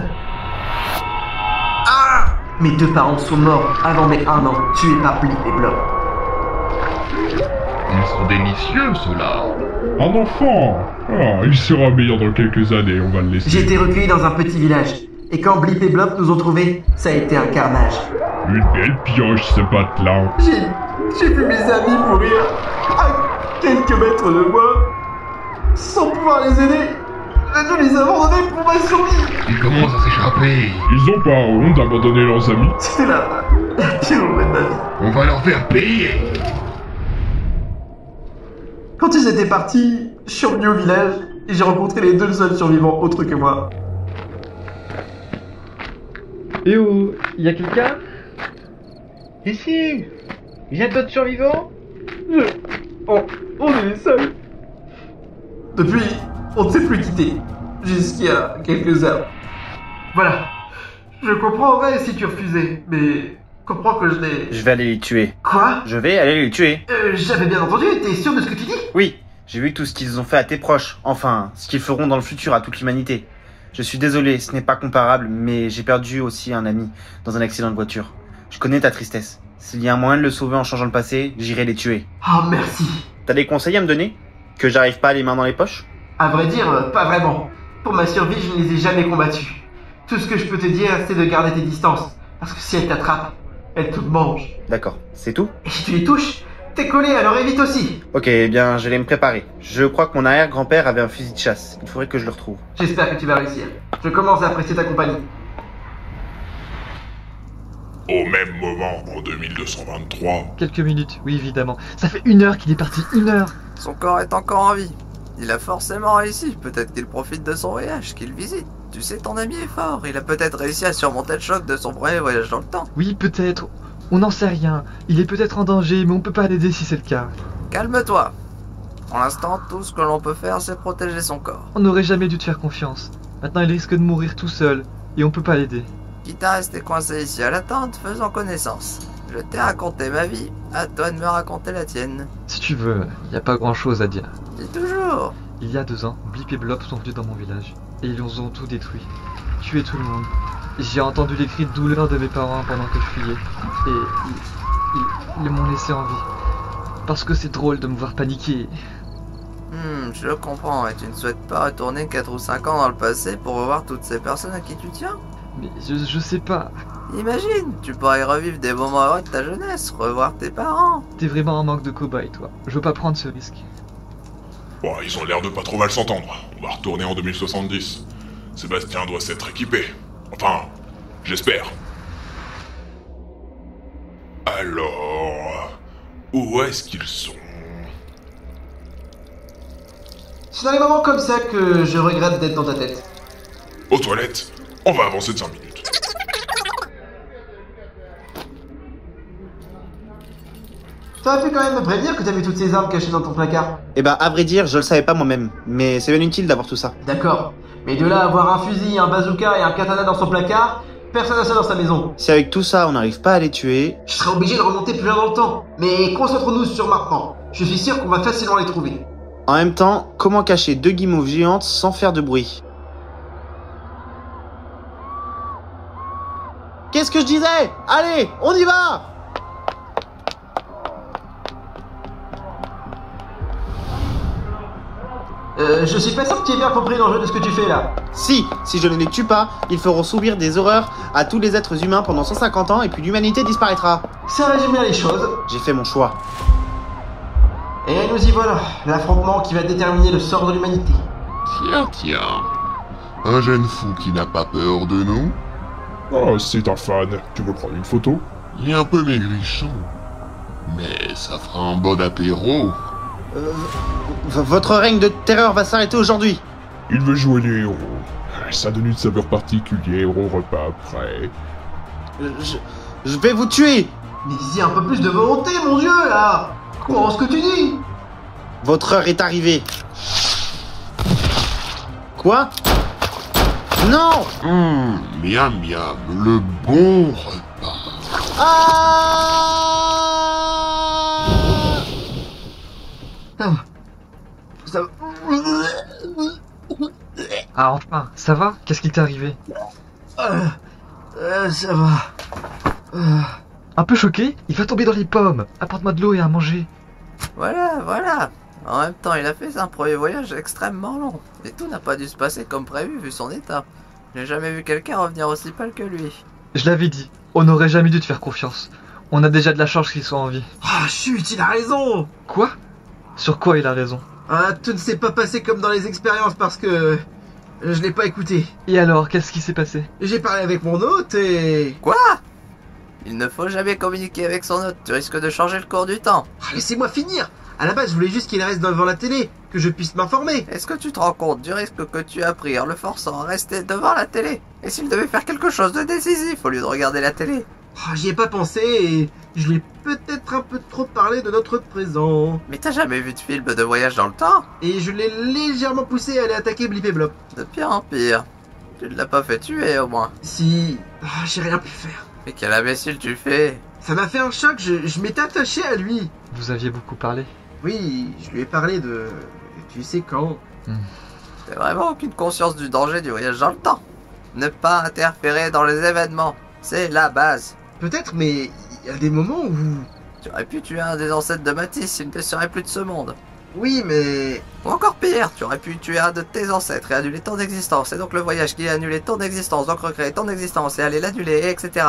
[SPEAKER 6] Ah Mes deux parents sont morts avant mes un an, tués par Blip et Blob.
[SPEAKER 9] Ils sont délicieux, ceux-là.
[SPEAKER 1] Un enfant Ah, il sera meilleur dans quelques années, on va le laisser.
[SPEAKER 6] J'ai été recueilli dans un petit village, et quand Blip et Blob nous ont trouvés, ça a été un carnage.
[SPEAKER 1] Une belle pioche, ce patte-là.
[SPEAKER 6] J'ai j'ai vu mes amis mourir à quelques mètres de moi, sans pouvoir les aider. Je les abandonner pour ma survie.
[SPEAKER 9] Ils commencent à s'échapper.
[SPEAKER 1] Ils ont pas honte d'abandonner leurs amis.
[SPEAKER 6] C'était la, la pire journée de ma vie.
[SPEAKER 9] On va leur faire payer.
[SPEAKER 6] Quand ils étaient partis, je suis revenu au village et j'ai rencontré les deux seuls survivants autres que moi.
[SPEAKER 8] Eh oh, y a quelqu'un Ici Y a d'autres survivants
[SPEAKER 6] Je... On... on est les seuls. Depuis, on ne s'est plus quitté. Jusqu'à quelques heures. Voilà. Je comprendrais si tu refusais, mais comprends que je n'ai...
[SPEAKER 7] Je vais aller les tuer.
[SPEAKER 6] Quoi
[SPEAKER 7] Je vais aller les tuer.
[SPEAKER 6] Euh, J'avais bien entendu, t'es sûr de ce que tu dis
[SPEAKER 7] Oui, j'ai vu tout ce qu'ils ont fait à tes proches, enfin, ce qu'ils feront dans le futur à toute l'humanité. Je suis désolé, ce n'est pas comparable, mais j'ai perdu aussi un ami dans un accident de voiture. Je connais ta tristesse. S'il y a un moyen de le sauver en changeant le passé, j'irai les tuer.
[SPEAKER 6] Ah, merci.
[SPEAKER 7] T'as des conseils à me donner Que j'arrive pas les mains dans les poches
[SPEAKER 6] À vrai dire, euh, pas vraiment. Pour ma survie, je ne les ai jamais combattus. Tout ce que je peux te dire, c'est de garder tes distances. Parce que si elles t'attrapent, elles te mangent.
[SPEAKER 7] D'accord, c'est tout
[SPEAKER 6] Et si tu les touches, t'es collé, alors évite aussi.
[SPEAKER 7] Ok, eh bien, j'allais me préparer. Je crois que mon arrière-grand-père avait un fusil de chasse. Il faudrait que je le retrouve.
[SPEAKER 6] J'espère que tu vas réussir. Je commence à apprécier ta compagnie.
[SPEAKER 1] Au même moment, en 2223,
[SPEAKER 8] Quelques minutes, oui évidemment. Ça fait une heure qu'il est parti, une heure
[SPEAKER 5] Son corps est encore en vie. Il a forcément réussi. Peut-être qu'il profite de son voyage, qu'il visite. Tu sais, ton ami est fort. Il a peut-être réussi à surmonter le choc de son premier voyage dans le temps.
[SPEAKER 8] Oui peut-être, on n'en sait rien. Il est peut-être en danger, mais on peut pas l'aider si c'est le cas.
[SPEAKER 5] Calme-toi. Pour l'instant, tout ce que l'on peut faire, c'est protéger son corps.
[SPEAKER 8] On n'aurait jamais dû te faire confiance. Maintenant il risque de mourir tout seul, et on peut pas l'aider.
[SPEAKER 5] Quitte à rester coincé ici à l'attente, faisons connaissance. Je t'ai raconté ma vie, à toi de me raconter la tienne.
[SPEAKER 8] Si tu veux, il n'y a pas grand-chose à dire.
[SPEAKER 5] Dis toujours
[SPEAKER 8] Il y a deux ans, Blip et Blob sont venus dans mon village, et ils nous ont tout détruit. Tué tout le monde. J'ai entendu les cris de douleur de mes parents pendant que je fuyais, et ils, ils- ils m'ont laissé en vie. Parce que c'est drôle de me voir paniquer.
[SPEAKER 5] Hmm, je comprends, et tu ne souhaites pas retourner 4 ou 5 ans dans le passé pour revoir toutes ces personnes à qui tu tiens
[SPEAKER 8] Mais je, je sais pas,
[SPEAKER 5] Imagine, tu pourrais revivre des moments heureux de ta jeunesse, revoir tes parents.
[SPEAKER 8] t'es vraiment un manque de cobaye, toi. Je veux pas prendre ce risque.
[SPEAKER 1] bon, ils ont l'air de pas trop mal s'entendre. On va retourner en 2070. Sébastien doit s'être équipé. Enfin, j'espère. Alors, où est-ce qu'ils sont
[SPEAKER 6] C'est dans les moments comme ça que je regrette d'être dans ta tête.
[SPEAKER 1] Aux toilettes On va avancer de 5 minutes.
[SPEAKER 6] T'aurais pu quand même me prévenir que t'as vu toutes ces armes cachées dans ton placard.
[SPEAKER 7] Eh ben, à vrai dire, je le savais pas moi-même, mais c'est bien utile d'avoir tout ça.
[SPEAKER 6] D'accord. Mais de là à avoir un fusil, un bazooka et un katana dans son placard, personne n'a ça dans sa maison.
[SPEAKER 7] Si avec tout ça, on n'arrive pas à les tuer,
[SPEAKER 6] Je serais obligé de remonter plus loin dans le temps. Mais concentrons-nous sur maintenant. Je suis sûr qu'on va facilement les trouver.
[SPEAKER 7] en même temps, comment cacher deux guimauves géantes sans faire de bruit
[SPEAKER 15] Qu'est-ce que je disais Allez, on y va
[SPEAKER 6] Euh, je suis pas sûr que tu aies bien compris l'enjeu de ce que tu fais là.
[SPEAKER 15] Si, si je ne les tue pas, ils feront subir des horreurs à tous les êtres humains pendant 150 ans et puis l'humanité disparaîtra.
[SPEAKER 6] Ça résume bien les choses.
[SPEAKER 15] J'ai fait mon choix.
[SPEAKER 6] Et nous y voilà, l'affrontement qui va déterminer le sort de l'humanité.
[SPEAKER 9] Tiens, tiens. Un jeune fou qui n'a pas peur de nous
[SPEAKER 1] Oh, c'est un fan. Tu veux prendre une photo
[SPEAKER 9] Il est un peu maigrichon. Mais ça fera un bon apéro.
[SPEAKER 15] Euh, v- votre règne de terreur va s'arrêter aujourd'hui.
[SPEAKER 1] Il veut jouer les héros. Ça donne une saveur particulière au repas après.
[SPEAKER 15] Euh, Je, je vais vous tuer
[SPEAKER 6] Mais dis un peu plus de volonté, mon dieu, là Comprends ce que tu dis
[SPEAKER 15] Votre heure est arrivée. Quoi Non
[SPEAKER 9] Hum, miam miam, le bon repas.
[SPEAKER 6] Ça-
[SPEAKER 8] Ah enfin, ça va Qu'est-ce qui t'est arrivé
[SPEAKER 6] Euh, euh, ça va. Euh,
[SPEAKER 8] Un peu choqué Il va tomber dans les pommes. Apporte-moi de l'eau et à manger.
[SPEAKER 5] Voilà, voilà. En même temps, il a fait un premier voyage extrêmement long. Et tout n'a pas dû se passer comme prévu vu son état. J'ai jamais vu quelqu'un revenir aussi pâle que lui.
[SPEAKER 8] Je l'avais dit, on n'aurait jamais dû te faire confiance. On a déjà de la chance qu'ils soient en vie.
[SPEAKER 6] Ah, chut, il a raison
[SPEAKER 8] Quoi Sur quoi il a raison
[SPEAKER 6] Ah, tout ne s'est pas passé comme dans les expériences parce que... Je l'ai pas écouté.
[SPEAKER 8] Et alors, qu'est-ce qui s'est passé
[SPEAKER 6] J'ai parlé avec mon hôte et...
[SPEAKER 5] Quoi Il ne faut jamais communiquer avec son hôte, tu risques de changer le cours du temps.
[SPEAKER 6] Ah, Laissez-moi finir À la base, je voulais juste qu'il reste devant la télé, que je puisse m'informer.
[SPEAKER 5] Est-ce que tu te rends compte du risque que tu as pris en le forçant à rester devant la télé Et s'il devait faire quelque chose de décisif au lieu de regarder la télé
[SPEAKER 6] Ah, J'y ai pas pensé et je lui ai peut-être un peu trop parlé de notre présent.
[SPEAKER 5] Mais t'as jamais vu de film de voyage dans le temps
[SPEAKER 6] Et je l'ai légèrement poussé à aller attaquer Blip et Blop.
[SPEAKER 5] De pire en pire. Tu ne l'as pas fait tuer au moins.
[SPEAKER 6] Si. Ah, J'ai rien pu faire.
[SPEAKER 5] Mais quel imbécile tu fais
[SPEAKER 6] Ça m'a fait un choc, je, je m'étais attaché à lui.
[SPEAKER 8] Vous aviez beaucoup parlé.
[SPEAKER 6] Oui, je lui ai parlé de. Tu sais quand
[SPEAKER 5] T'as vraiment aucune conscience du danger du voyage dans le temps. Ne pas interférer dans les événements, c'est la base.
[SPEAKER 6] Peut-être, mais il y a des moments où.
[SPEAKER 5] Tu aurais pu tuer un des ancêtres de Matisse, il ne serait plus de ce monde.
[SPEAKER 6] Oui, mais.
[SPEAKER 5] Ou encore pire, tu aurais pu tuer un de tes ancêtres et annuler ton existence, et donc le voyage qui a annulé ton existence, donc recréer ton existence et aller l'annuler, et etc.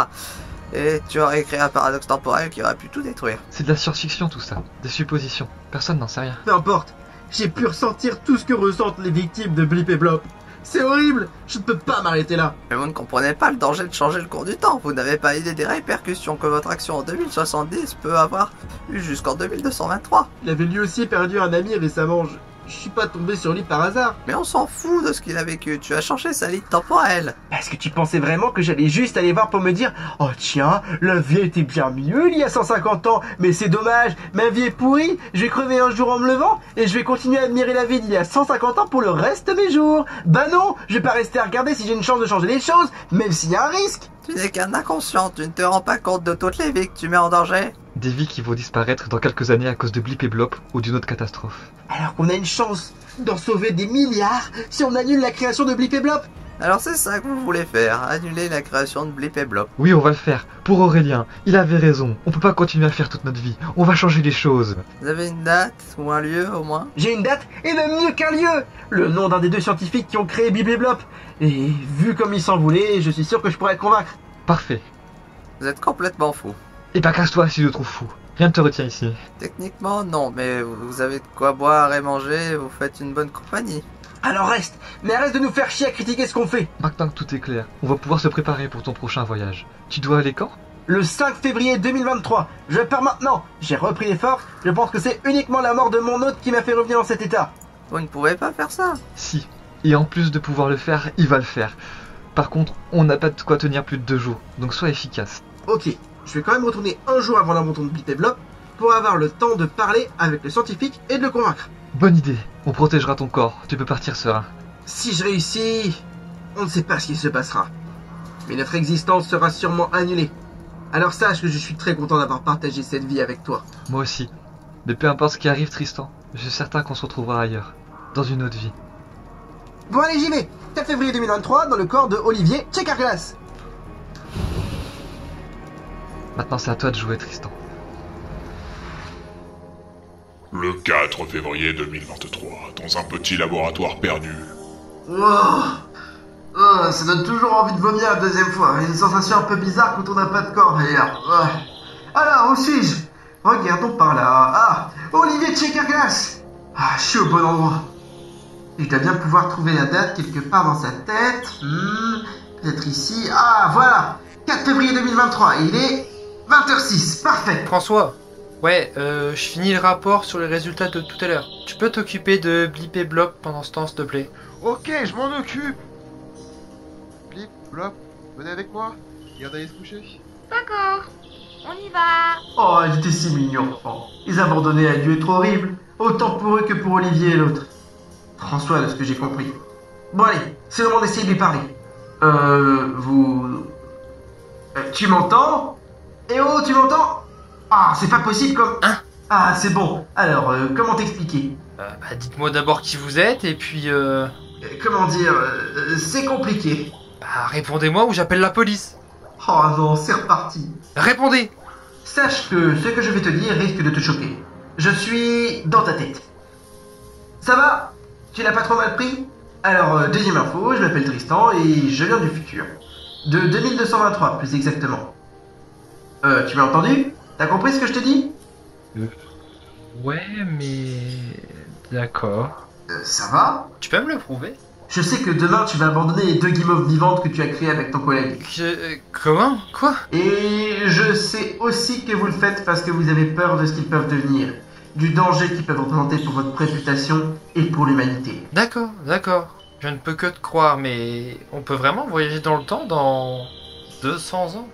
[SPEAKER 5] Et tu aurais créé un paradoxe temporel qui aurait pu tout détruire.
[SPEAKER 8] C'est de la science-fiction tout ça, des suppositions. Personne n'en sait rien.
[SPEAKER 6] Peu importe, j'ai pu ressentir tout ce que ressentent les victimes de Blip et Blop. C'est horrible, je ne peux pas m'arrêter là.
[SPEAKER 5] Mais vous ne comprenez pas le danger de changer le cours du temps, vous n'avez pas idée des répercussions que votre action en 2070 peut avoir eu jusqu'en 2223.
[SPEAKER 6] Il avait lui aussi perdu un ami récemment, je, je suis pas tombé sur lui par hasard.
[SPEAKER 5] Mais on s'en fout de ce qu'il a vécu, tu as changé sa ligne temporelle.
[SPEAKER 6] Parce que tu pensais vraiment que j'allais juste aller voir pour me dire Oh tiens, la vie était bien mieux il y a 150 ans, mais c'est dommage, ma vie est pourrie, je vais crever un jour en me levant et je vais continuer à admirer la vie d'il y a 150 ans pour le reste de mes jours. Bah non, je vais pas rester à regarder si j'ai une chance de changer les choses, même s'il y a un risque.
[SPEAKER 5] Tu n'es qu'un inconscient, tu ne te rends pas compte de toutes les vies que tu mets en danger.
[SPEAKER 8] Des vies qui vont disparaître dans quelques années à cause de blip et blop ou d'une autre catastrophe.
[SPEAKER 6] Alors qu'on a une chance d'en sauver des milliards si on annule la création de Blip et Blop.
[SPEAKER 5] Alors c'est ça que vous voulez faire, annuler la création de Blip et Blop.
[SPEAKER 8] Oui, on va le faire. Pour Aurélien, il avait raison. On peut pas continuer à le faire toute notre vie. On va changer les choses.
[SPEAKER 5] Vous avez une date ou un lieu au moins
[SPEAKER 6] J'ai une date et même mieux qu'un lieu Le nom d'un des deux scientifiques qui ont créé Bible et Blop. Et vu comme ils s'en voulaient, je suis sûr que je pourrais le convaincre.
[SPEAKER 8] Parfait.
[SPEAKER 5] Vous êtes complètement fou.
[SPEAKER 8] Et bah casse-toi si je te trouve fou. Rien ne te retient ici.
[SPEAKER 5] Techniquement non, mais vous vous avez de quoi boire et manger, vous faites une bonne compagnie.
[SPEAKER 6] Alors reste, mais arrête de nous faire chier à critiquer ce qu'on fait.
[SPEAKER 8] Maintenant que tout est clair, on va pouvoir se préparer pour ton prochain voyage. Tu dois aller quand
[SPEAKER 6] Le 5 février 2023, je pars maintenant. J'ai repris les forces, je pense que c'est uniquement la mort de mon hôte qui m'a fait revenir dans cet état.
[SPEAKER 5] Vous ne pouvez pas faire ça.
[SPEAKER 8] Si. Et en plus de pouvoir le faire, il va le faire. Par contre, on n'a pas de quoi tenir plus de deux jours, donc sois efficace.
[SPEAKER 6] Ok, je vais quand même retourner un jour avant la montée de Bible et Blop pour avoir le temps de parler avec le scientifique et de le convaincre.
[SPEAKER 8] Bonne idée, on protégera ton corps, tu peux partir serein.
[SPEAKER 6] Si je réussis, on ne sait pas ce qui se passera. Mais notre existence sera sûrement annulée. Alors sache que je suis très content d'avoir partagé cette vie avec toi.
[SPEAKER 8] Moi aussi. Mais peu importe ce qui arrive, Tristan, je suis certain qu'on se retrouvera ailleurs, dans une autre vie.
[SPEAKER 6] Bon allez, j'y vais 4 février 2023, dans le corps de Olivier Tchekarglas
[SPEAKER 8] Maintenant, c'est à toi de jouer, Tristan.
[SPEAKER 1] Le 4 février 2023, dans un petit laboratoire perdu.
[SPEAKER 6] Oh. Oh, ça donne toujours envie de vomir la deuxième fois. Une sensation un peu bizarre quand on n'a pas de corps d'ailleurs. Oh. Alors, où suis-je Regardons par là. Ah, Olivier Tchekerglas Ah, je suis au bon endroit. Et je dois bien pouvoir trouver la date quelque part dans sa tête. Hmm, Peut-être ici. Ah, voilà 4 février 2023. Il est 20h06. Parfait.
[SPEAKER 2] François Ouais, euh, je finis le rapport sur les résultats de tout à l'heure. Tu peux t'occuper de blipper Blob pendant ce temps, s'il te plaît
[SPEAKER 3] Ok, je m'en occupe. Blip, Blop, venez avec moi. Et on allait se coucher.
[SPEAKER 4] D'accord. On y va.
[SPEAKER 6] Oh, ils étaient si mignons. Oh, Ils abandonnaient un lieu trop horrible. Autant pour eux que pour Olivier et l'autre. François, de ce que j'ai compris. Bon, allez, c'est le moment d'essayer de lui parler. Euh, vous. Euh, tu m'entends Eh oh, tu m'entends Ah, c'est pas possible comme. Ah, c'est bon. Alors, euh, comment t'expliquer
[SPEAKER 2] Euh, bah, Dites-moi d'abord qui vous êtes et puis. Euh...
[SPEAKER 6] Comment dire euh, C'est compliqué.
[SPEAKER 2] Bah, répondez-moi ou j'appelle la police.
[SPEAKER 6] Oh non, c'est reparti.
[SPEAKER 2] Répondez
[SPEAKER 6] Sache que ce que je vais te dire risque de te choquer. Je suis dans ta tête. Ça va Tu l'as pas trop mal pris Alors, euh, deuxième info, je m'appelle Tristan et je viens du futur. De 2223, plus exactement. Euh, tu m'as entendu T'as compris ce que je te dis
[SPEAKER 2] Ouais, mais. D'accord.
[SPEAKER 6] Euh, ça va
[SPEAKER 2] Tu peux me le prouver
[SPEAKER 6] Je sais que demain tu vas abandonner les deux guimauves vivantes que tu as créées avec ton collègue.
[SPEAKER 2] euh, Comment Quoi
[SPEAKER 6] Et je sais aussi que vous le faites parce que vous avez peur de ce qu'ils peuvent devenir, du danger qu'ils peuvent représenter pour votre réputation et pour l'humanité.
[SPEAKER 2] D'accord, d'accord. Je ne peux que te croire, mais on peut vraiment voyager dans le temps dans 200 ans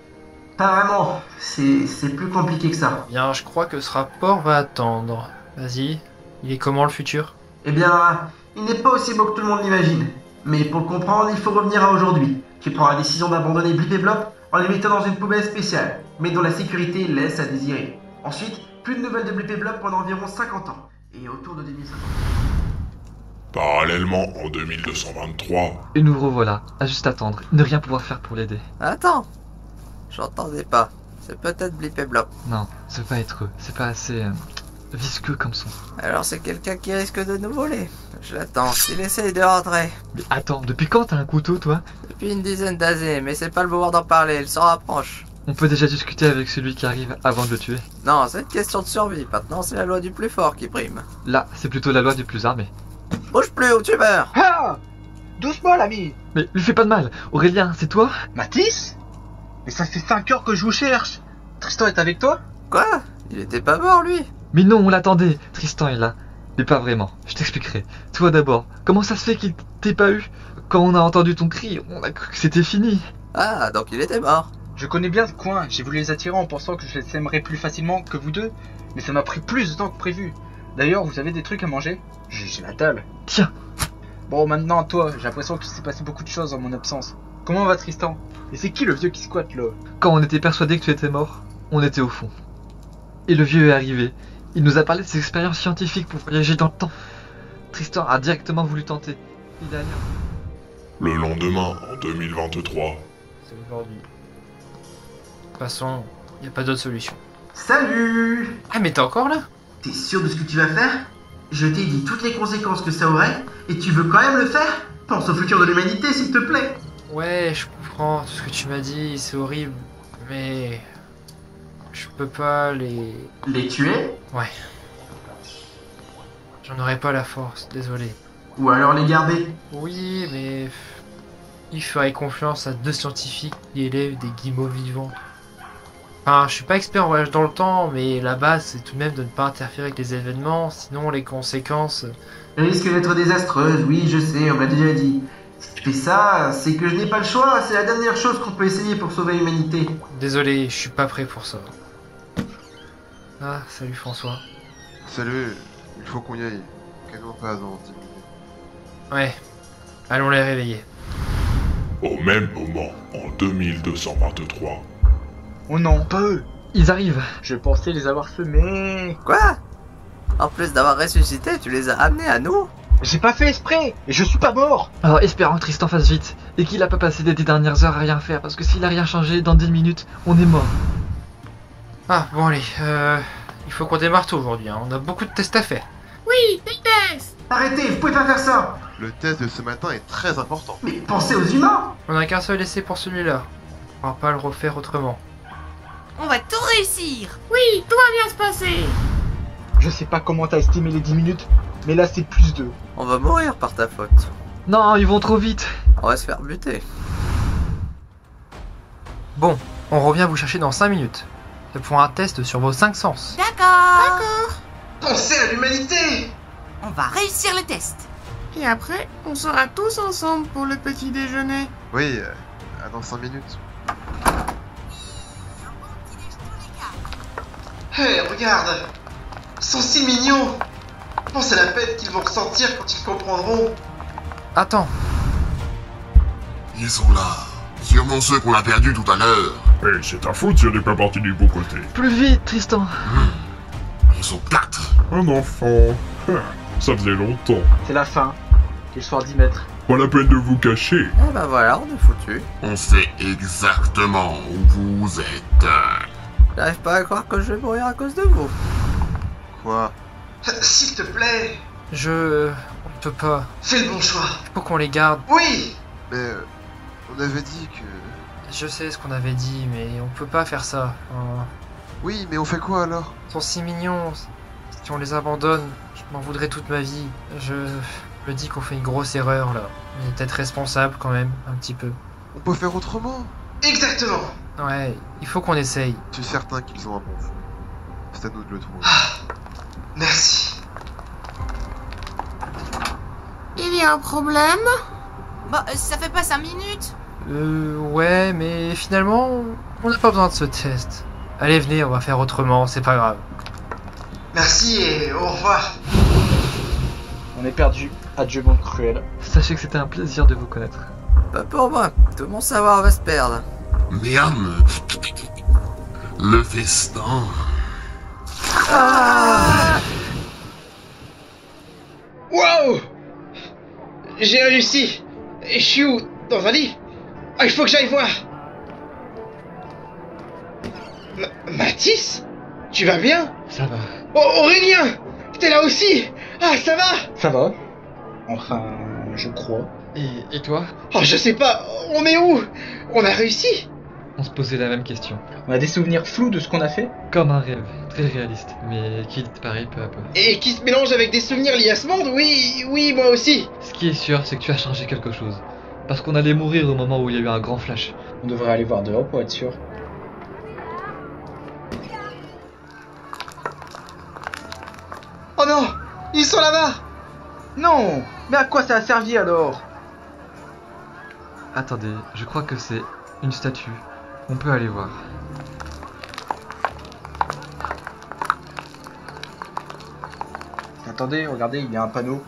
[SPEAKER 6] Pas vraiment, c'est c'est plus compliqué que ça.
[SPEAKER 2] Bien, je crois que ce rapport va attendre. Vas-y, il est comment le futur
[SPEAKER 6] Eh bien, il n'est pas aussi beau que tout le monde l'imagine. Mais pour le comprendre, il faut revenir à aujourd'hui. Tu prends la décision d'abandonner Blip et Blop en les mettant dans une poubelle spéciale, mais dont la sécurité laisse à désirer. Ensuite, plus de nouvelles de Blip et Blop pendant environ 50 ans. Et autour de 2050.
[SPEAKER 1] Parallèlement, en 2223,
[SPEAKER 8] Et nous revoilà, à juste attendre, ne rien pouvoir faire pour l'aider.
[SPEAKER 5] Attends, j'entendais pas. C'est peut-être Blip et Blop.
[SPEAKER 8] Non, c'est pas être eux, c'est pas assez euh, visqueux comme son.
[SPEAKER 5] Alors c'est quelqu'un qui risque de nous voler. Je l'attends, il essaye de rentrer.
[SPEAKER 8] Mais attends, depuis quand t'as un couteau, toi
[SPEAKER 5] Depuis une dizaine d'années, mais c'est pas le moment d'en parler, il s'en rapproche.
[SPEAKER 8] On peut déjà discuter avec celui qui arrive avant de le tuer.
[SPEAKER 5] Non, c'est une question de survie, maintenant c'est la loi du plus fort qui prime.
[SPEAKER 8] Là, c'est plutôt la loi du plus armé.
[SPEAKER 5] Bouge plus ou tu meurs
[SPEAKER 16] Ah Doucement, l'ami
[SPEAKER 8] Mais lui fais pas de mal Aurélien, c'est toi
[SPEAKER 16] Matisse Mais ça fait 5 heures que je vous cherche Tristan est avec toi
[SPEAKER 5] Quoi Il était pas mort, lui
[SPEAKER 8] Mais non, on l'attendait Tristan est là. Mais pas vraiment, je t'expliquerai. Toi d'abord, comment ça se fait qu'il t'ait pas eu Quand on a entendu ton cri, on a cru que c'était fini.
[SPEAKER 5] Ah, donc il était mort.
[SPEAKER 16] Je connais bien ce coin, j'ai voulu les attirer en pensant que je les aimerais plus facilement que vous deux, mais ça m'a pris plus de temps que prévu. D'ailleurs, vous avez des trucs à manger J'ai j'ai la dalle.
[SPEAKER 8] Tiens
[SPEAKER 16] Bon, maintenant, toi, j'ai l'impression qu'il s'est passé beaucoup de choses en mon absence. Comment va Tristan Et c'est qui le vieux qui squatte là
[SPEAKER 8] Quand on était persuadé que tu étais mort, on était au fond. Et le vieux est arrivé. Il nous a parlé de ses expériences scientifiques pour voyager dans le temps. Tristan a directement voulu tenter. Il a l'air-
[SPEAKER 1] le lendemain, en 2023,
[SPEAKER 2] C'est aujourd'hui. De toute façon, y a pas d'autre solution.
[SPEAKER 6] Salut
[SPEAKER 2] Ah, mais t'es encore là
[SPEAKER 6] T'es sûr de ce que tu vas faire Je t'ai dit toutes les conséquences que ça aurait, et tu veux quand même le faire Pense au futur de l'humanité, s'il te plaît
[SPEAKER 2] Ouais, je comprends tout ce que tu m'as dit, c'est horrible, mais. Je peux pas les.
[SPEAKER 6] Les tuer
[SPEAKER 2] Ouais. J'en aurais pas la force, désolé.
[SPEAKER 6] Ou alors les garder
[SPEAKER 2] Oui, mais. Il ferait confiance à deux scientifiques qui élèvent des guimauves vivants. Enfin, je suis pas expert en voyage dans le temps, mais la base c'est tout de même de ne pas interférer avec les événements, sinon les conséquences.
[SPEAKER 6] Elle risque d'être désastreuse, oui, je sais, on me l'a déjà dit. Si tu fais ça, c'est que je n'ai pas le choix, c'est la dernière chose qu'on peut essayer pour sauver l'humanité.
[SPEAKER 2] Désolé, je suis pas prêt pour ça. Ah, salut François.
[SPEAKER 3] Salut, il faut qu'on y aille. Qu'elle pas dans 10 minutes.
[SPEAKER 2] Ouais, allons les réveiller.
[SPEAKER 1] au même moment, en 2223,
[SPEAKER 16] Oh non, pas eux
[SPEAKER 8] Ils arrivent
[SPEAKER 16] Je pensais les avoir semés
[SPEAKER 5] Quoi En plus d'avoir ressuscité, tu les as amenés à nous
[SPEAKER 16] J'ai pas fait exprès Et je suis pas mort
[SPEAKER 8] Alors espérons que Tristan fasse vite, et qu'il a pas passé des dix dernières heures à rien faire, parce que s'il a rien changé, dans 10 minutes, on est mort.
[SPEAKER 2] Ah, bon, allez, euh, il faut qu'on démarre tout aujourd'hui, hein. on a beaucoup de tests à faire.
[SPEAKER 17] Oui, des tests
[SPEAKER 6] Arrêtez, vous pouvez pas faire ça
[SPEAKER 3] Le test de ce matin est très important.
[SPEAKER 6] Mais pensez aux humains
[SPEAKER 2] On n'a qu'un seul essai pour celui-là. On va pas le refaire autrement.
[SPEAKER 4] On va tout réussir
[SPEAKER 17] Oui, tout va bien se passer
[SPEAKER 16] Je sais pas comment t'as estimé les 10 minutes, mais là c'est plus de.
[SPEAKER 5] On va mourir par ta faute.
[SPEAKER 8] Non, ils vont trop vite
[SPEAKER 5] On va se faire buter.
[SPEAKER 2] Bon, on revient vous chercher dans 5 minutes. C'est pour un test sur vos 5 sens.
[SPEAKER 4] D'accord
[SPEAKER 6] Pensez à l'humanité
[SPEAKER 4] On va réussir le test
[SPEAKER 17] Et après, on sera tous ensemble pour le petit déjeuner.
[SPEAKER 3] Oui, euh, à dans 5 minutes.
[SPEAKER 6] Hé, regarde Ils sont si mignons Pense à la peine qu'ils vont ressentir quand ils comprendront
[SPEAKER 2] Attends,
[SPEAKER 9] Ils sont là. Sûrement ceux qu'on a perdus tout à l'heure.
[SPEAKER 1] Et Eh, c'est ta faute si on n'est pas parti du bon côté.
[SPEAKER 8] Plus vite, Tristan
[SPEAKER 9] Ils sont quatre.
[SPEAKER 1] Un enfant. Ça faisait longtemps.
[SPEAKER 16] C'est la fin. Ils sont à 10 mètres.
[SPEAKER 1] Pas la peine de vous cacher.
[SPEAKER 5] Eh ben voilà, on est foutu.
[SPEAKER 9] On sait exactement où vous êtes.
[SPEAKER 5] J'arrive pas à croire que je vais mourir à cause de vous.
[SPEAKER 3] Quoi
[SPEAKER 6] S'il te plaît,
[SPEAKER 2] je. On peut pas.
[SPEAKER 6] fais le bon choix
[SPEAKER 2] Faut qu'on les garde.
[SPEAKER 6] Oui
[SPEAKER 3] Mais euh, on avait dit que.
[SPEAKER 2] Je sais ce qu'on avait dit, mais on peut pas faire ça. hein.
[SPEAKER 3] Oui, mais on fait quoi alors
[SPEAKER 2] Ils sont si mignons. Si on les abandonne, je m'en voudrais toute ma vie. Je me dis qu'on fait une grosse erreur là. On est peut-être responsable quand même, un petit peu.
[SPEAKER 3] On peut faire autrement.
[SPEAKER 6] Exactement
[SPEAKER 2] Ouais, il faut qu'on essaye.
[SPEAKER 3] Je suis certain qu'ils ont un bon fond. C'est à nous de le trouver.
[SPEAKER 6] Merci
[SPEAKER 17] Il y a un problème
[SPEAKER 4] Bah, euh, ça fait pas 5 minutes
[SPEAKER 2] Euh, ouais, mais finalement, on n'a pas besoin de ce test. Allez, venez, on va faire autrement, c'est pas grave.
[SPEAKER 6] Merci et au revoir
[SPEAKER 16] On est perdu. Adieu, monde cruel.
[SPEAKER 8] Sachez que c'était un plaisir de vous connaître.
[SPEAKER 5] Pas pour moi, tout mon savoir va se perdre.
[SPEAKER 9] Miam. Le festin.
[SPEAKER 6] Wow J'ai réussi Et je suis où Dans un lit Ah, il faut que j'aille voir Ma- Mathis Tu vas bien
[SPEAKER 16] Ça va.
[SPEAKER 6] Oh, Aurélien T'es là aussi Ah, ça va
[SPEAKER 16] Ça va Enfin, je crois.
[SPEAKER 8] Et, et toi
[SPEAKER 6] Oh, je sais pas, on est où On a réussi
[SPEAKER 8] On se posait la même question.
[SPEAKER 16] On a des souvenirs flous de ce qu'on a fait
[SPEAKER 8] Comme un rêve, très réaliste, mais qui disparaît peu à peu.
[SPEAKER 6] Et qui se mélange avec des souvenirs liés à ce monde Oui, oui, moi aussi
[SPEAKER 8] Ce qui est sûr, c'est que tu as changé quelque chose. Parce qu'on allait mourir au moment où il y a eu un grand flash.
[SPEAKER 16] On devrait aller voir dehors pour être sûr.
[SPEAKER 6] Oh non Ils sont là-bas
[SPEAKER 15] Non Mais à quoi ça a servi alors
[SPEAKER 8] Attendez, je crois que c'est une statue. On peut aller voir.
[SPEAKER 16] Attendez, regardez, il y a un panneau.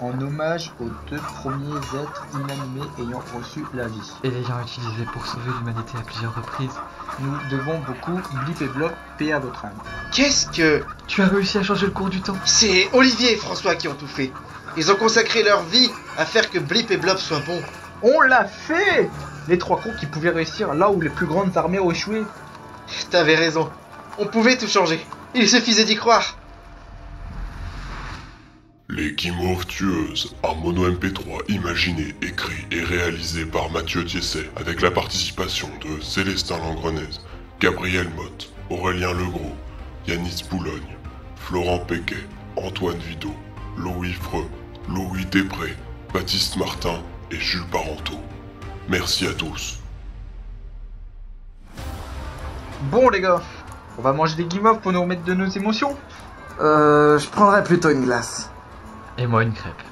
[SPEAKER 16] En hommage aux deux premiers êtres inanimés ayant reçu la vie.
[SPEAKER 8] Et l'ayant utilisé pour sauver l'humanité à plusieurs reprises.
[SPEAKER 16] Nous devons beaucoup, Blip et Bloc, paix à votre âme.
[SPEAKER 6] Qu'est-ce que...
[SPEAKER 8] Tu as réussi à changer le cours du temps.
[SPEAKER 6] C'est Olivier et François qui ont tout fait. Ils ont consacré leur vie à faire que Blip et Blob soient bons.
[SPEAKER 16] On l'a fait Les trois cons qui pouvaient réussir là où les plus grandes armées ont échoué.
[SPEAKER 6] T'avais raison. On pouvait tout changer. Il suffisait d'y croire.
[SPEAKER 1] Les guimauves tueuses, un mono MP3 imaginé, écrit et réalisé par Mathieu Tiesset, avec la participation de Célestin Langrenaise, Gabriel Motte, Aurélien Legros, Yanis Boulogne, Florent Péquet, Antoine Vidot, Louis Freux, Louis Després, Baptiste Martin et Jules Parenteau. Merci à tous.
[SPEAKER 16] Bon les gars, on va manger des guimauves pour nous remettre de nos émotions.
[SPEAKER 15] Euh, je prendrais plutôt une glace.
[SPEAKER 8] Et moi une crêpe.